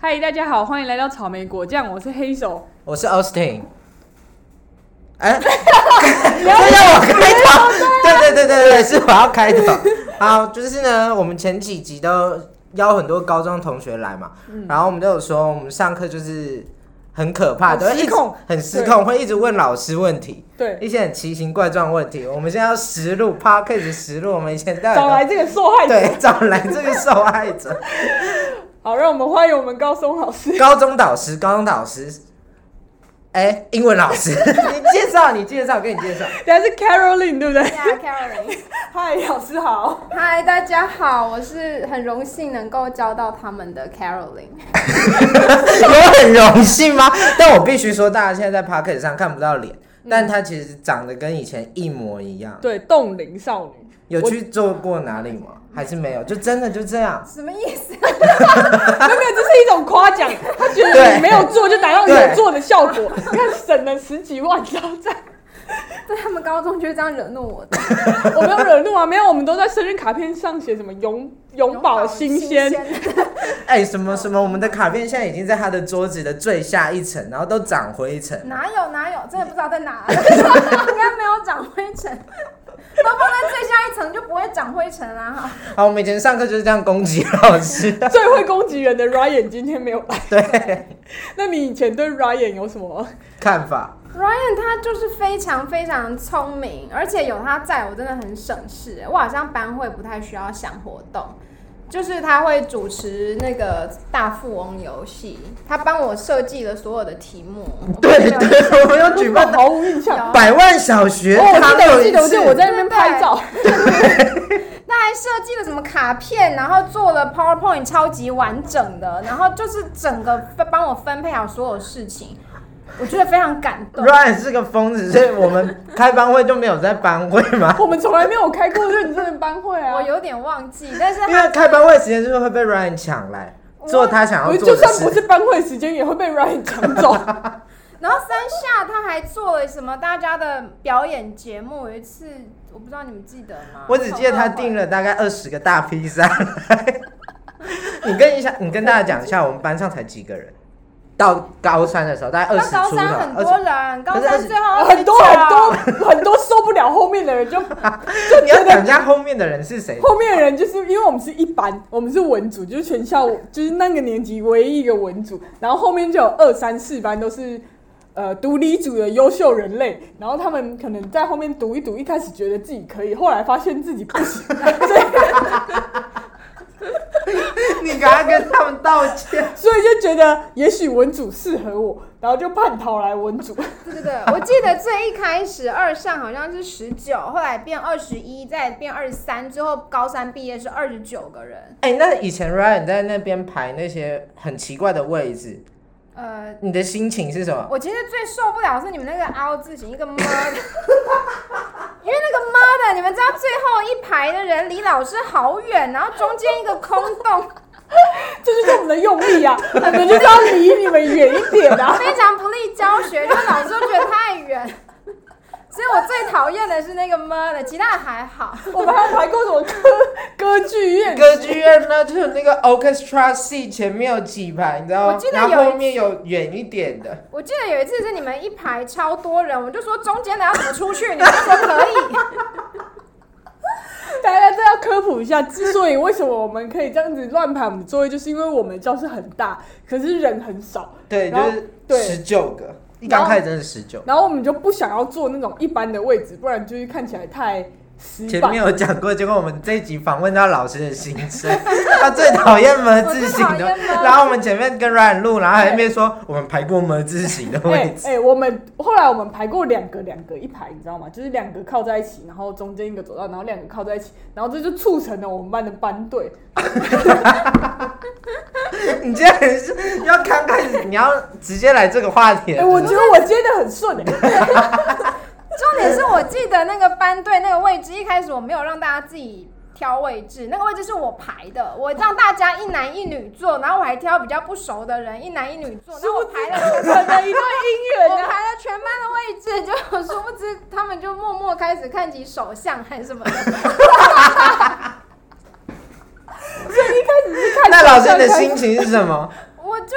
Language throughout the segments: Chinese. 嗨，大家好，欢迎来到草莓果酱，我是黑手。我是 Austin。哎，不这要我开头？对对对对对，是我要开头。好，就是呢，我们前几集都邀很多高中同学来嘛，然后我们都有说，我们上课就是很可怕，很都会一失直控很失控，会一直问老师问题，对，一些很奇形怪状的问题。我们现在要实录 p o d c a s 实录，我们以前到底找来这个受害者。哎对找来这个受害者，好，让我们欢迎我们高松老师。高中导师，高中导师，哎、英文老师，你介绍，你介绍，跟你介绍。大家是 Caroline 对不对？呀 Caroline，嗨，老师好。嗨，大家好，我是很荣幸能够交到他们的 Caroline。 有很荣幸吗？但我必须说，大家现在在 p o c k e t 上看不到脸，嗯但他其实长得跟以前一模一样。对，冻龄少女。有去做过哪里吗？还是没有？就真的就这样？什么意思？没有没有，这是一种夸奖。他觉得对你没有做，就达到对有做的效果，看省了十几万招赞。对 他们高中就是这样惹怒我 的。我没有惹怒啊，没有，我们都在生日卡片上写什么永永保新鲜。哎、什么什么？我们的卡片现在已经在他的桌子的最下一层，然后都长灰尘。哪有哪有，真的不知道在哪， 应该没有长灰尘，都放在最下一层就不会长灰尘啦、 哈。好，我们以前上课就是这样攻击老师。 最会攻击人的 Ryan 今天没有来。对，那你以前对 Ryan 有什么？看法 Ryan 他就是非常非常聪明，而且有他在我真的很省事欸。我好像班会不太需要想活动，就是他会主持那个大富翁游戏，他帮我设计了所有的题目。对对，我们 有举办毫无印象。有百万小学哦，我堂记得，我有记一得，我记次得，我在那边拍照。他还设计了什么卡片，然后做了 PowerPoint 超级完整的，然后就是整个分帮我分配好所有事情，我觉得非常感 动。 Ryan 是个疯子，所以我们开班会就没有在班会嘛。我们从来没有开过认真的班会啊。我有点忘记，但是因为他开班会时间是不是会被 Ryan 抢来做他想我要就做的算不事？是班会时间，也会被 Ryan 抢走。然后三下他还做了什么大家的表演节目，有一次我不知道你们记得吗？我只记得他订了大概二十个大披萨。你跟一下，你跟大家讲一下，我们班上才几个人？到高三的时候，大概二那十高出头三很，二多十。人，高可是三20最后很多很多很多受不了后面的人，就你要讲一下后面的人是谁？后面的人就是因为我们是一班，我们是文组，就是全校就是那个年级唯一一个文组，然后后面就有二三四班都是。呃，读理组的优秀人类，然后他们可能在后面读一读，一开始觉得自己可以，后来发现自己不行，所以你赶快跟他们道歉。所以就觉得也许文组适合我，然后就叛逃来文组。 对对对，我记得最一开始二上好像是十九，后来变二十一，再变二十三，最后高三毕业是二十九个人。哎、那以前 Ryan 在那边排那些很奇怪的位置，呃，你的心情是什么？我其实最受不了的是你们那个凹字形，一个么的， 因为那个么的，你们知道最后一排的人离老师好远，然后中间一个空洞，这就是我们的用意啊，我们就是要离你们远一点啊。 非常不利教学，就是老师都觉得太远。所以我最讨厌的是那个么的，其他的还好。我们还有排过什么歌歌剧院？歌剧院呢，就有那个 orchestra seat 前面有几排，你知道吗？我记得然有后一后面有远一点的，我记得有一次是你们一排超多人，我就说中间的要怎么出去，你们就说可以。大家都要科普一下，之所以为什么我们可以这样子乱排我们的座位，就是因为我们教室很大，可是人很少，对，然后就对是十九个，一然后刚开始真的十九。然后我们就不想要坐那种一般的位置，不然就是看起来太死前板面。有讲过，结果我们这一集访问到老师的心声， 他最讨厌么字形我最讨的厌。么然后我们前面跟 Ryan 录，然后还在那边说我们排过么字形的哎位哎、置， 我们后来我们排过两个两个一排，你知道吗？就是两个靠在一起，然后中间一个走道，然后两个靠在一起，然后这就促成了我们班的班队。你竟然是要刚开始你要直接来这个话题哎、了。我觉得我接的很顺哎、啊重点是我记得那个班队那个位置，一开始我没有让大家自己挑位置，那个位置是我排的，我让大家一男一女坐，然后我还挑比较不熟的人，一男一女坐，然后 我排了。 我的一段姻我缘排啊！ 了全班的位置，结果殊不知他们就默默开始看起手相还是什么的，所以一开始是看那老师你的手相开始心 情是什么？我就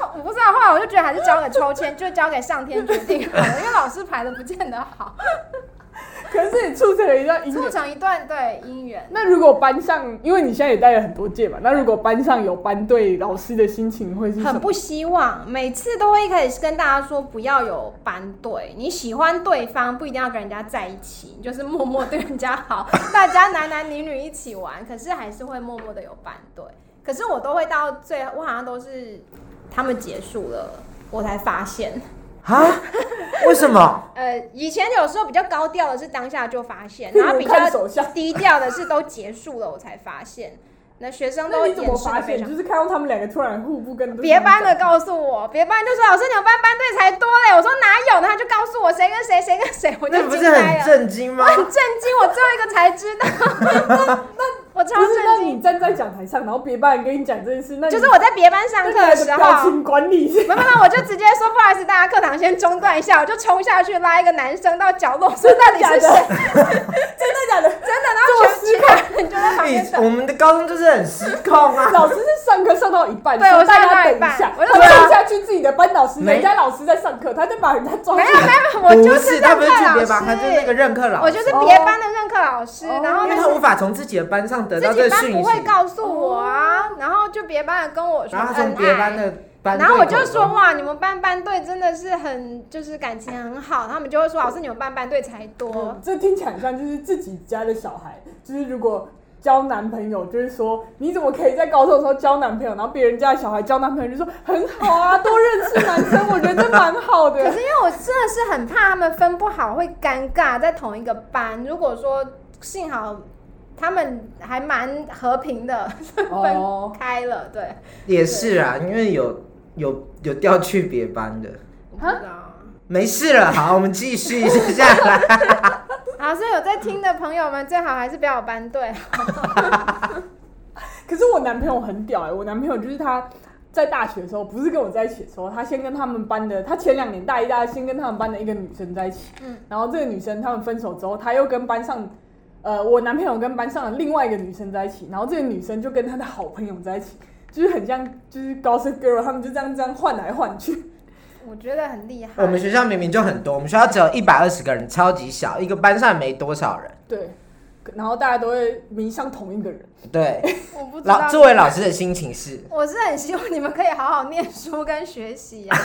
道的话，我就觉得还是交给抽签，就交给上天决定好了，因为老师排的不见得好，可是你促成了一段姻促缘。成一段对姻缘。那如果班上，因为你现在也带了很多届嘛，那如果班上有班队，老师的心情会是什很么？不希望，每次都会一开始跟大家说不要有班队，你喜欢对方不一定要跟人家在一起，你就是默默对人家好，大家男男女女一起玩，可是还是会默默的有班队。可是我都会到最后，我好像都是他们结束了，我才发现。啊？为什么？呃，以前有时候比较高调的是当下就发 现，譬如然后比看较手相低调的是都结束了我才发现。那学生都那你掩怎么饰发的非现？常就是看到他们两个突然互不跟。别班的告诉我，别班就说老师你们班班队才多嘞，我说哪有，然后他就告诉我谁跟谁谁跟谁，我那就不惊是很呆了，震惊我吗很？震惊，我最后一个才知 道，我超不是，那震你惊，站在讲台上，然后别班人跟你讲这件事，那你就是我在别班上课那的你时的表候。情管理是没办法，我就直接说不好意思，大家课堂先中断一下，我就冲下去拉一个男生到角落，说到 底是谁？真真的假的？真的，然后全其他人就在旁边你等。我们的高中就是很失控啊！老师是上课上到一半，对说我上大家到等一半下，我就他说冲下去自己的班导师，没人家老师在上课，他就把人家抓没起有来。没有，我就哦啊不是，他任不课是去老别师班，他就是那个任课老我师，就是别班的任课老师，哦然后因为那他是无法从自己的班上得到自这己个班讯不息，哦会告诉我啊，然后就别班的跟我说然后他恩从别班爱。的班，然后我就说，哇，你们班班队真的是很就是感情很好，他们就会说老师你们班班队才多嗯，这听起来很像就是自己家的小孩，就是如果交男朋友，就是说你怎么可以在高中的时候交男朋友，然后别人家的小孩交男朋友就说很好啊，多认识男生，我觉得蛮好可的。是因为我真的是很怕他们分不好会尴尬，在同一个班。如果说幸好他们还蛮和平的哦分开了，对，也是啊，因为有有有调去别班的，我不知道。没事了，好，我 们继续接下来。 啊，所以有在听的朋友们，最好还是不要有班队。 可是我男朋友很屌哎、我男朋友就是他。在大学的时候，不是跟我在一起的时候，他先跟他们班的，他前两年大一、大二先跟他们班的一个女生在一起，嗯然后这个女生他们分手之后，他又跟班上，呃，我男朋友跟班上的另外一个女生在一起，然后这个女生就跟她的好朋友在一起，就是很像就是高 o girl，他们就这样这样换来换去。我觉得很厉害。我们学校明明就很多，我们学校只有一百二十个人，超级小，一个班上没多少人。对，然后大家都会迷上同一个人。对，我不知道老作为老师的心情是，我是很希望你们可以好好念书跟学习啊，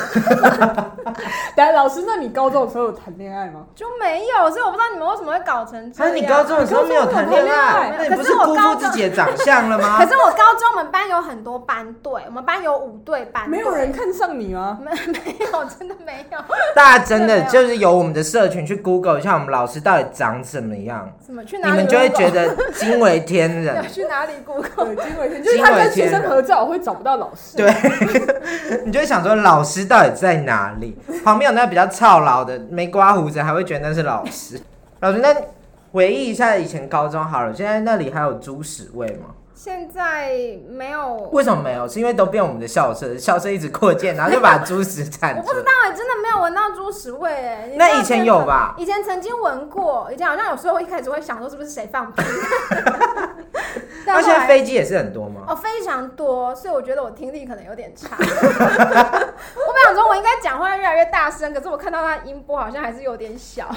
但老师，那你高中的时候有谈恋爱吗？就没有，所以我不知道你们为什么会搞成这那样。你高中的时候没有谈恋爱，没那你有不啊可是是我辜高负中自己的长相了吗 可？是我高中我们班有很多班队，我们班有五队班队，没有人看上你吗？ 没没有，真的没有，大家真的真的没有就是由我们的社群去 Google 一下我们老师到底长什么样，怎么去你哪里？们就会觉得惊为天要 人。去哪里 Google？ 对，金伟天就是他跟学生合照会找不到老师。对，你就会想说老师到底在哪里？旁边有那比较操劳的没刮胡子，还会觉得那是老师。 老师，那回忆一下以前高中好了，现在那里还有猪屎味吗？现在没有。为什么没有？是因为都变我们的校舍，校舍一直扩建，然 后就把猪屎铲我除不。知道哎、真的没有闻到猪屎味哎、你那知道以前真的有吧以前曾经闻过，以前好像有时候我一开始会想说是不是谁放屁，那但后现在来飞机也是很多吗？哦，非常多，所以我觉得我听力可能有点差。 我本想说我应该讲话越来越大声，可是我看到他音波好像还是有点小，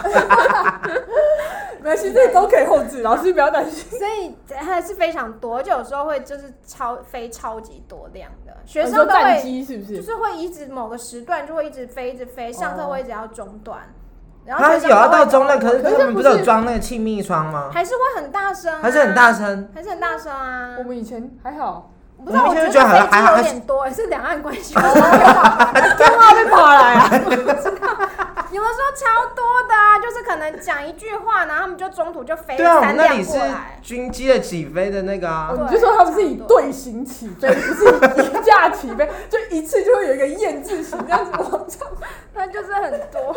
没关系，这都可以后置，老师不要担心。所以还是非常多，就有时候会就是超飞超级多量的，学哦你生说都战会机是不？就是是会一直某个时段就会一直飞一直飞，上课会一直要中断，然后他啊有学生要都会啊到中那，可是可他是们不不是有是装那个气密窗吗？还是会很大声、啊，还是很大，声？还是很大声啊我。们以前还好，我不知道，我我们觉现在得觉得好像飞还机好有点多，是两岸关 系不好。干嘛哎被爬来啊？有的时候超多的啊，就是可能讲一句话，然后他们就中途就飞对啊，了我们三那里辆是哎过来。军机的起飞的那个啊哦，对你就说他们是以队形起飞，不是以一架起飞，就一次就会有一个雁字形这样子往上。那就是很多，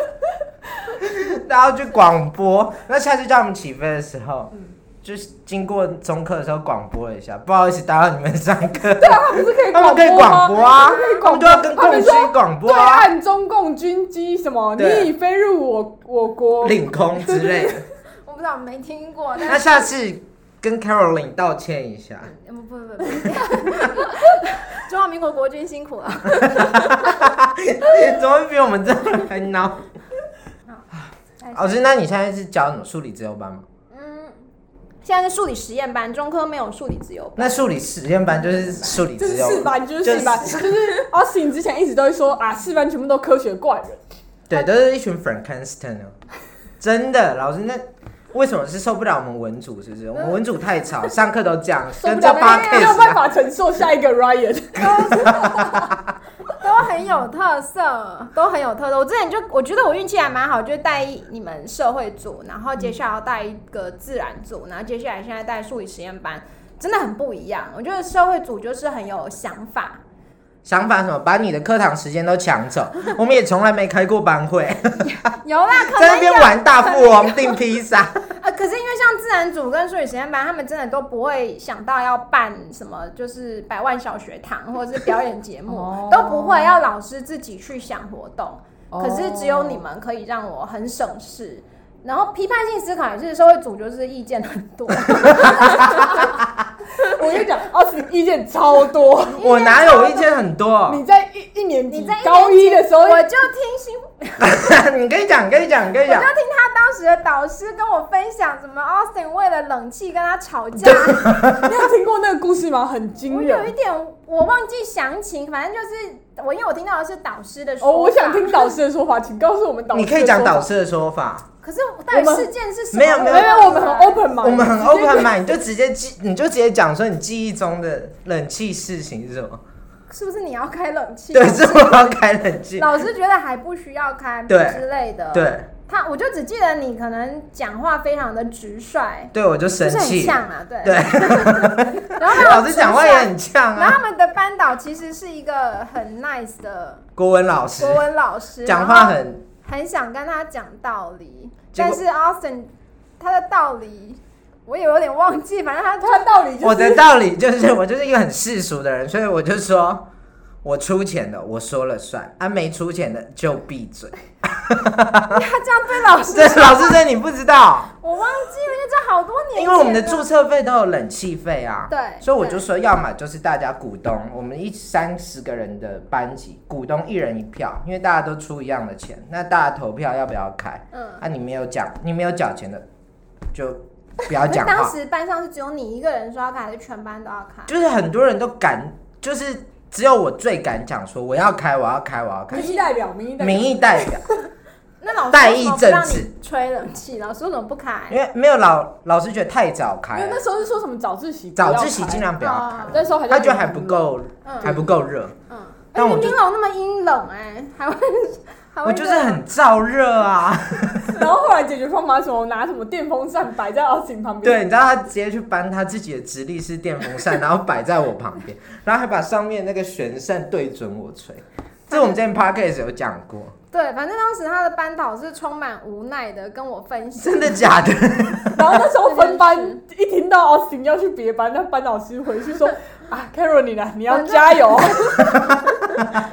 然后就广播。那下次叫我们起飞的时候，嗯就是经过中课的时候广播一下，不好意思打扰你们上课。对啊，他们是可以他们可以广广播播啊吗，他们可以，他广们就播。要跟他共们军说广播对啊，岸中共军机什么，对啊你已飞入我我国。领空之类的。我不知道，我没听过。那但是下次跟 Caroline 道歉一下。 不不不不，中华民民国国军辛苦了。 怎么会比我们这样还孬？老师，那你现在是教什么数理自由班吗？嗯，现在是数理实验班，中科没有数理自由班。那数理实验班就是数理就自是由四班，就是四班，就是阿 u s 之前一直都会说啊，四班全部都科学怪人，对，都是一群 Frankenstein 哦真的，老师那为什么是受不了我们文组？是不是我们文组太 吵，上课都这样，嗯受跟不这了，八啊没 K 有办法承受下一个 riot。都很有特色，都很有特色。我之前就我觉得我运气还蛮好，就带你们社会组，然后接下来要带一个自然组，然后接下来现在带数理实验班，真的很不一样。我觉得社会组就是很有想法，想法什么，把你的课堂时间都 抢走。我们也从来没开过班会，有 啦，可在那能边有玩大富翁、订披萨。啊。可是因为像自然组跟数理实验班，他们真的都不会想到要办什么，就是百万小学堂或者是表演节目，哦都不会要老师自己去想活动。可是只有你哦，们可以让我很省事。然后批判性思考也是社会组，就是意见很多， 我跟你讲，阿 u s 意见超 多。我哪有意见很 多？你在一一年级你在一年级高一的时候，我就听新，我你可以讲，可以讲，可以就听讲。他当时的导师跟我分享，怎么 Austin 为了冷气跟他吵架。你有听过那个故事吗？很惊我有一人点我忘记详情，反正就是我因为我听到的是导师的说哦！法，我想听导师的说法，请告诉我们导师。你可以讲导，师的说法，可是到底事件是什么？没有没有，没有我们很 open 嘛，我们很直接 open 嘛，你就直接记，你就直接讲说你记忆中的冷气事情是什么？是不是你要开冷气？对，是我要开冷气。老师觉得还不需要开对之类的，对他，我就只记得你可能讲话非常的直率，对，我就生就是很气。像啊，对。对，然后还 有老师讲话也很直呛率，然后啊。他们的班导其实是一个很 nice 的国文老师国文老师，讲然话后很，很想跟他讲道理，结果但是 Austin 他的道理我也有点忘记，反正他他他的道理就我的是道理就是 我就是一个很世俗的人，所以我就说。我出钱的，我说了算；啊，没出钱的就闭嘴。 他这样对老师，这老师这你不知道，我忘记了，因为这好多 年前了，因为我们的注册费都有冷气费啊。对所以我就说，要么就是大家股东，我们一三十个人的班级，股东一人一票，因为大家都出一样的钱，那大家投票要不要开？嗯。啊，你没有讲，你没有缴钱的，就不要可是讲当话。 时班上是只有你一个人说要开，还是全班都要开？就是很多人都敢，就是只有我最敢讲说我要开，我要开，我要 开。民意代表，民意代表民意代表，那老师代为什议么不政让治你吹冷气，老师为什么不开因？为没有老老师觉得太早因开为了那，时候啊是说什么早自习，早自习尽进来，量不要哦开，那时候还他觉得还不，够，嗯还不够热。嗯，但但我我就冰冷那么阴冷哎、还会还会我就是热很燥热啊，然后后来解决方法是什么，拿什么电风扇摆在奥 u 旁边， 对，你知道他直接去搬他自己的直立式电风扇，然后摆在我旁边，然后还把上面那个旋扇对准我吹。这我们之前 podcast 有讲过， 对，反正当时他的班导是充满无奈的跟我分析，真的假 的？然后那时候分班，一听到奥 u 要去别班，那班导师回去 说啊，Carol 你来，你要加油。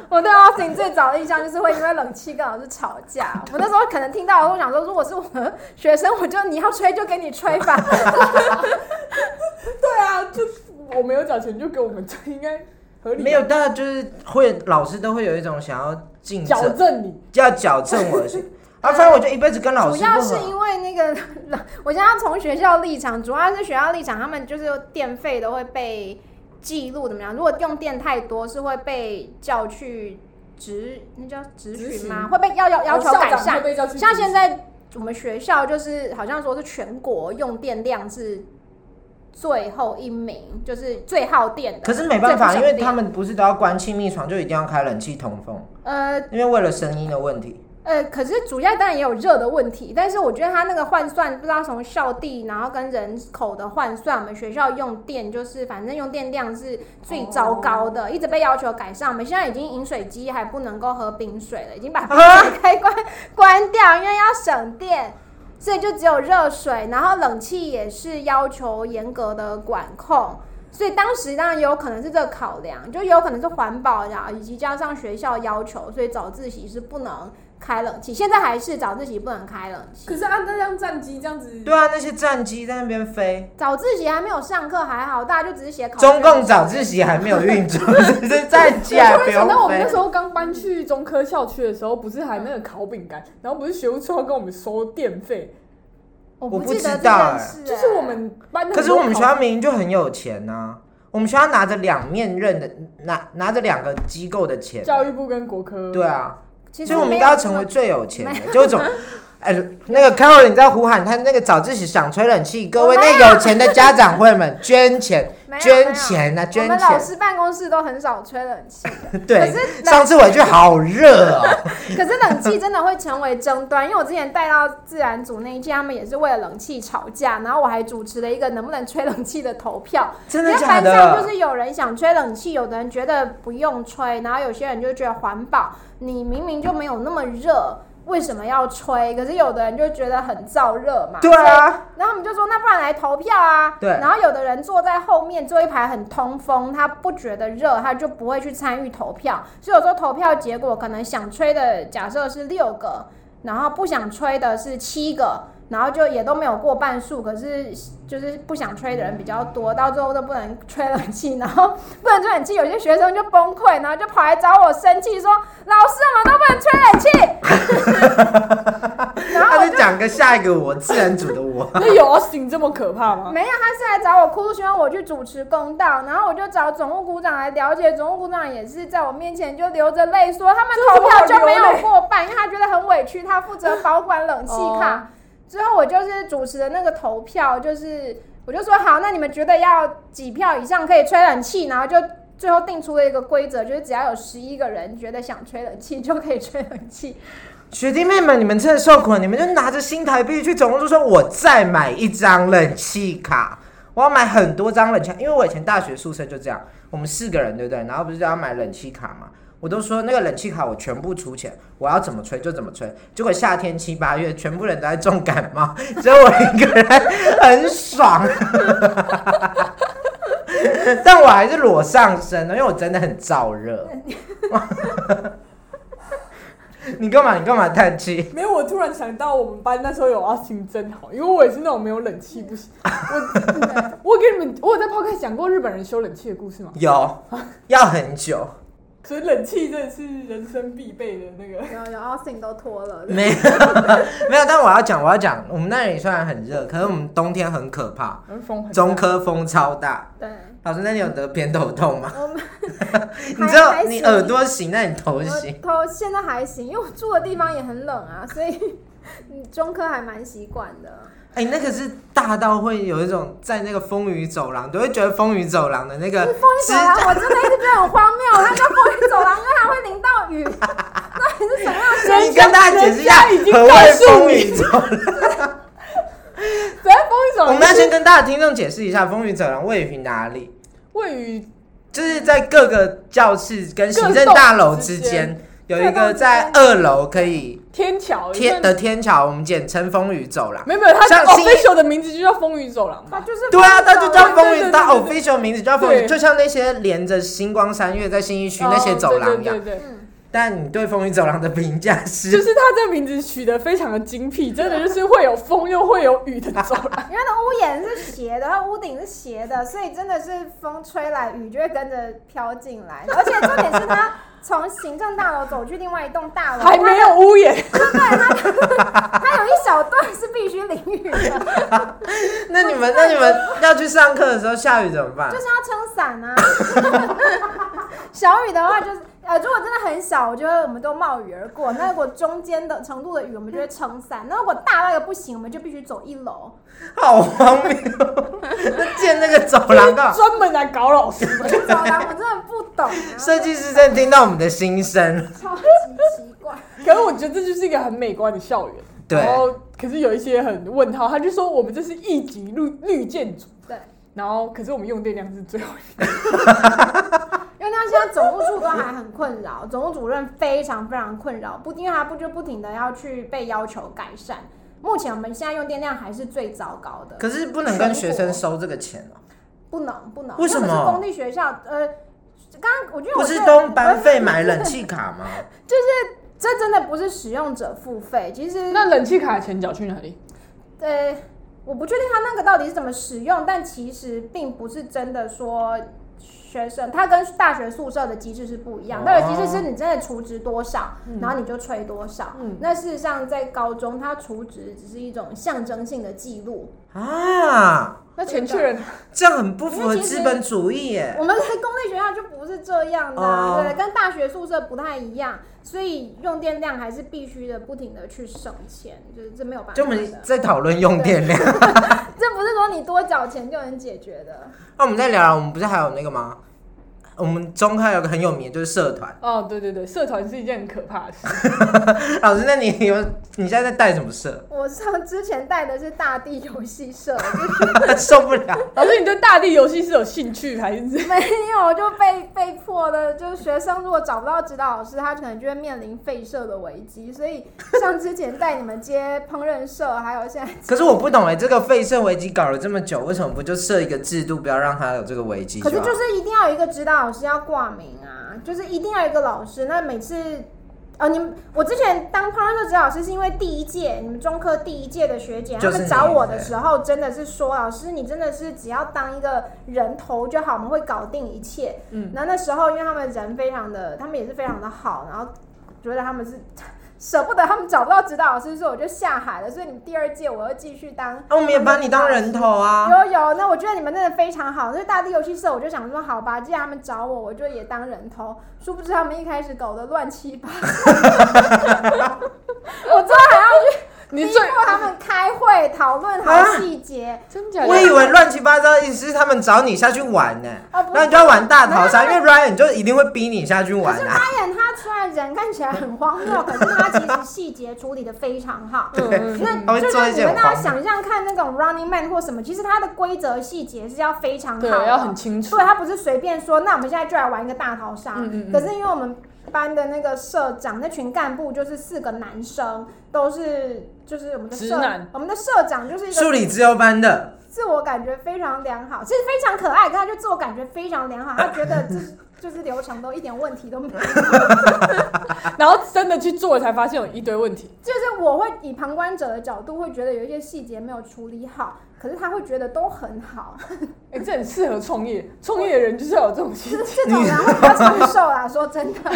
我对 Austin 最早的印象就是会因为冷气跟老师吵架。我那时候可能听到，我想说，如果是我的学生，我就你要吹就给你吹 吧。对啊，就是我没有缴钱就给我们，这应该合理吧。没有，大家就是会老师都会有一种想要竞矫争，正你，要矫正我 的心。啊，反正我就一辈子跟老主师要不是合。因为那个，我现在要从学校立场，主要是学校立场，他们就是电费都会被记录怎么样？如果用电太多，是会被叫去执，那叫执执询行哦吗？会被要要要求校改长会善。被叫去像现执在我们学校就是好像说是全国用电量是最后一名，就是最耗电的。可是没办法，最因不省为他们不是都要关气密床，就一定要开冷气通风，电呃因为为了声音的问题。呃，可是主要当然也有热的问题，但是我觉得它那个换算不知道从校地，然后跟人口的换算，我们学校用电就是反正用电量是最糟糕的，哦一直被要求改善。我们现在已经饮水机还不能够喝冰水了，已 经把冰水开关、关掉，因为要省电。所以就只有热水，然后冷气也是要求严格的管控，所以当时当然也有可能是这个考量，就有可能是环保的啊，以及加上学校要求，所以早自习是不能开冷气，现在还是早自习不能开冷气可。是按那辆战机这样子，对啊，那些战机在那边飞，早自习还没有上课还好，大家就只是写考卷。中共早自习还没有运 作， 这是战机还我突不然想到我用们那飞时。候刚搬去中科校区的时候，不是还那个烤饼干，然后不是学务处要跟我们收电费，我我不记得知道这件哎事就哎是我们班的。可是我们学校明明就很有钱呐、我们学校拿着两面刃的，拿拿着两个机构的钱，教育部跟国科，对，啊，其所实以我们没应有该要成为最有钱的，就一种。哎，那个 Carol，你在呼喊他那个早自习想吹冷气，各位我没有那有钱的家长会们捐钱，没有捐，钱啊，没有我捐们老钱！师办公室都很少吹冷气， 对可，是冷上次回去好热哦，可是冷气真的会成为争端，因为我之前带到自然组那一届，他们也是为了冷气吵架，然后我还主持了一个能不能吹冷气的投票。 真的因为假班上就的？是有人想吹冷气，有的人觉得不用吹，然后有些人就觉得环保，你明明就没有那么热。为什么要吹？可是有的人就觉得很燥热嘛，对啊，然后我们就说，那不然来投票啊。对然后有的人坐在后面坐一排很通风，他不觉得热，他就不会去参与投票。所以有时候投票结果可能想吹的假设是六个，然后不想吹的是七个，然后就也都没有过半数。可是就是不想吹的人比较多，到最后都不能吹冷气，然后不能吹冷气，有些学生就崩溃，然后就跑来找我生气说：“老师，我们都不能吹冷气。”然后他就讲个下一个我自然组的我，那有 Austin 这么可怕吗？没有，他是来找我哭，希望我去主持公道，然后我就找总务股长来了解，总务股长也是在我面前就流着泪说，他们投票就没有过半，因为他觉得很委屈，他负责保管冷气卡。之后我就是主持的那个投票，就是我就说好，那你们觉得要几票以上可以吹冷气，然后就。最后定出了一个规则，就是只要有十一个人觉得想吹冷气就可以吹冷气。学弟妹们，你们真的受苦了，你们就拿着新台币去总务处说，我再买一张冷气卡，我要买很多张冷气卡，因为我以前大学宿舍就这样，我们四个人对不对？然后不是都要买冷气卡嘛，我都说那个冷气卡我全部出钱，我要怎么吹就怎么吹。结果夏天七八月，全部人都在重感冒，只有我一个人很爽。但我还是裸上身的，因为我真的很燥热。你干嘛？你干嘛叹气？没有，我突然想到我们班那时候有 Austin 真好，因为我也是那种没有冷气不行。我我给你们，我有在 podcast 讲过日本人修冷气的故事吗？有，要很久。所以冷气真的是人生必备的那个。有有 Austin 都脱了，没有， 没有。但我要讲，我要讲，我们那里虽然很热，可是我们冬天很可怕，然后风哦很中科风超大。对，老师，那你有得偏头痛吗？我 们你知道还你行耳朵行，那你头行。我头现在还行，因为我住的地方也很冷啊，所以嗯中科还蛮习惯的。哎、那可是大到会有一种在那个风雨走廊，都会觉得风雨走廊的那个风雨走廊知我真的一直觉得很荒谬，那叫风雨走廊，因为它会淋到雨，到底是什么样的？你跟大家解释一下人家已经何告谓诉风你雨走廊。对，风雨走我廊们要先跟大家听众解释一下，风雨走廊位于哪里？位于就是在各个教室跟行政大楼之间有一个在二楼可以天桥天有没的有天桥，我们简称风雨走廊。没有没有，它像新 official 的名字就叫风雨走廊它嘛。就是对啊，它它就叫风对对对雨，哦它对 official 名字叫风雨，对就像那些连着星光三月在信义区那些哦走廊一对样对。对对嗯但你对风雨走廊的评价？就是是它这名字取得非常的精 辟，真的就是会有风又会有雨的走廊。因为它屋檐是斜的，它屋顶是斜的，所以真的是风吹来，雨就会跟着飘进来。而且重点是它从行政大楼走去另外一栋大楼，还没有屋檐， 它有一小段是必须淋雨的，那你们那你们要去上课的时候下雨怎么办就？是要撑伞啊。 小雨的话就是，呃，如果真的很小，我觉得我们都冒雨而过。那如果中间的程度的雨，我们就会撑伞。那如果大到一个不行，我们就必须走一楼。好荒谬！那建那个走廊干嘛？专门来搞老师。我就走廊我真的不懂、啊，设计师真的听到我们的心声，超级奇怪。可是我觉得这就是一个很美观的校园。对然后，可是有一些很问号，他就说我们这是一级绿绿建筑，对，然后可是我们用电量是最后一因为他现在总务处都还很困扰，总务主任非常非常困扰，不，因为他不就不停的要去被要求改善。目前我们现在用电量还是最糟糕的。可是不能跟学生收这个钱哦、不能不能，为什么如果是公立学校，呃，刚刚我觉得我不是对 都班费买冷气卡吗？这真的不是使用者付费，其实那冷气卡的钱缴去哪里？呃，我不确定他那个到底是怎么使用，但其实并不是真的说学生，他跟大学宿舍的机制是不一样。哦嗯大学机制是你真的储值多少，然后你就吹多少。嗯那事实上在高中，它储值只是一种象征性的记录。啊，那钱去了哪？这样很不符合资本主义耶。我们在公立学校就不是这样的、啊哦对，跟大学宿舍不太一样，所以用电量还是必须的，不停的去省钱，就是这没有办法就的。我们在讨论用电量，这不是说你多缴钱就能解决的。那我们再聊啊聊，我们不是还有那个吗？我们中科有个很有名的就是社团，哦，对对对，社团是一件很可怕的事。 老师，那你有你现在在带什么社？ 我上之前带的是大地游戏社，受不了。老师，你对大地游戏是有兴趣还是？ 没有就被被迫的，就是学生如果找不到指导老师，他可能就会面临废社的危机。所以像之前带你们接烹饪社，还有现在可是我不懂哎、这个废社危机搞了这么久，为什么不就设一个制度，不要让它有这个危机？可是好就是一定要有一个指导老师要挂名啊，就是一定要有一个老师。那每次，呃，你们我之前当烹饪社指导老师是因为第一届你们中科第一届的学姐，就他是们你找我的时候真的是说，老师你真的是只要当一个人头就好，我们会搞定一切。嗯嗯，那那时候因为他们人非常的，他们也是非常的好，然后觉得他们是。 舍不得他们找不到指导老师，所以我就下海了。所以你们第二届我又继续当啊，我们也把你当人头啊。有有，那我觉得你们真的非常好。那大地游戏社，我就想说，好吧，既然他们找我，我就也当人头。殊不知他们一开始搞得乱七八糟，我最后还要你逼最迫他们开会讨论好啊细节。真假的？我以为乱七八糟的意思是他们找你下去玩呢、啊，不那是你就要玩大逃杀，因为 Ryan 就一定会逼你下去玩啊。 ，Ryan 他虽然人看起来很荒谬，可是他其实细节处理的非常好。嗯嗯嗯 他会就做是一你些们很大荒家谬。想象看那种 Running Man 或什么，其实它的规则细节是要非常好啊对，的，要很清楚所以。他不是随便说，那我们现在就来玩一个大逃杀。嗯嗯嗯可是因为我们班的那个社长那群干部就是四个男生，都是就是我们的直社男，我们的社长就是一数个理自由班的，自我感觉非常良好，其实非常可爱，可他就自我感觉非常良好，他觉得这就是 流程都一点问题都没有。啊然后真的去做了才发现有一堆问题。就是我会以旁观者的角度会觉得有一些细节没有处理好，可是他会觉得都很好，哎、这很适合创业，创业的人就是要有这种就心是 这种人会比较长寿啦，说真的。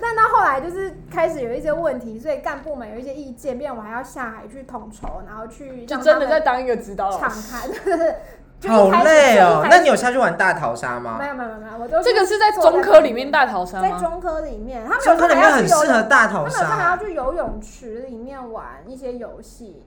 但到后来就是开始有一些问题，所以干部们有一些意见，变我还要下海去统筹，然后去就让真的他在哦们当一个指导老敞师。开，就是 就好一开始累哦就一。开那始你有下去玩大逃杀吗没？有没有没有没有，我都这个是在做中科里面，大逃杀在吗？中科里面，他们中有时科里候还面要很去游适合大逃他们有时候还要杀，去游泳池里面玩一些游戏，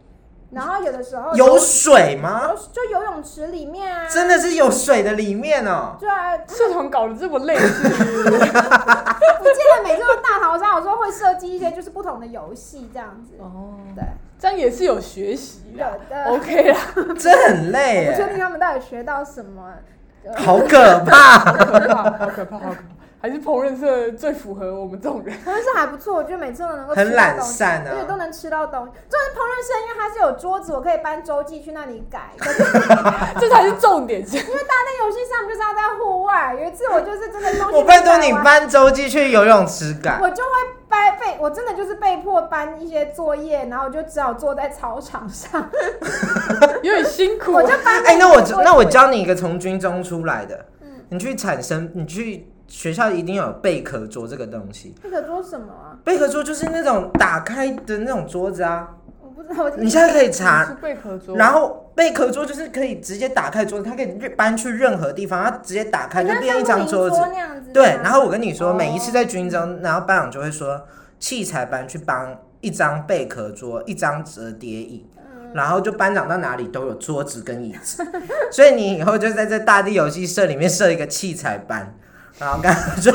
然后有的时候有水吗？游就游泳池里面啊，真的是有水的里面哦。 对啊，社团搞得这么累，是不是我记得每次都大逃杀，有时候会设计一些就是不同的游戏这样子。 哦，对，这样也是有学习有啦。的。 OK 啦，这很累不确定耶，他们到底学到什么。好可怕。好可怕，好可怕， 好可怕！还是烹饪社最符合我们这种人。可是还不错，我觉得每次都能够很吃到懒东西，散对，啊都。能吃到东西。就是烹饪社，因为它是有桌子，我可以搬周记去那里改。可是这才是重点。 是那游戏上就是要在户外。有一次我就是真的东西，我拜托你。搬周记去游泳池改，我就会掰被，我真的就是被迫搬一些作业，然后我就只好坐在操场上，有点辛苦啊我就嗯搬。哎、那我那我教你一个从军中出来的，你去产生，你去学校一定要有贝壳桌这个东西。那个桌什么啊？贝壳桌就是那种打开的那种桌子啊，我不知道。我你现在可以查。是贝壳桌，然后 贝壳桌就是可以直接打开桌子，它可以搬去任何地方，它直接打开就像变一张桌桌子。那样子。啊对，然后我跟你说，哦每一次在军中，然后班长就会说，器材班去帮一张贝壳桌、一张折叠椅，然后就班长到哪里都有桌子跟椅子， 所以你以后就在这大地游戏社里面设一个器材班，然后跟他说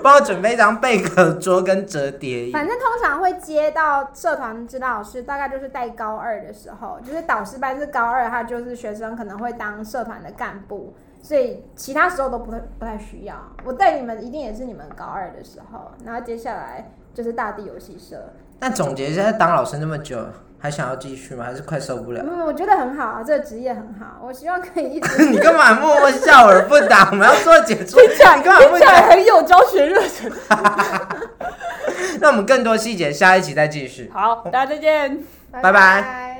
帮我准备一张贝壳桌跟折叠椅。反正通常会接到社团指导老师，大概就是带高二的时候，就是导师班是高二，他就是学生可能会当社团的干部，所以其他时候都不太不太需要。我带你们一定也是你们高二的时候，然后接下来就是大地游戏社，那总结一下，当老师那么久，还想要继续吗？还是快受不了？嗯，我觉得很好啊，这个职业很好，我希望可以一直。 你干嘛默默笑 而不答？我们要做解说，听起来你干嘛听不起答？来很有教学热忱。那我们更多细节下一集再继续。好，大家再见。拜拜拜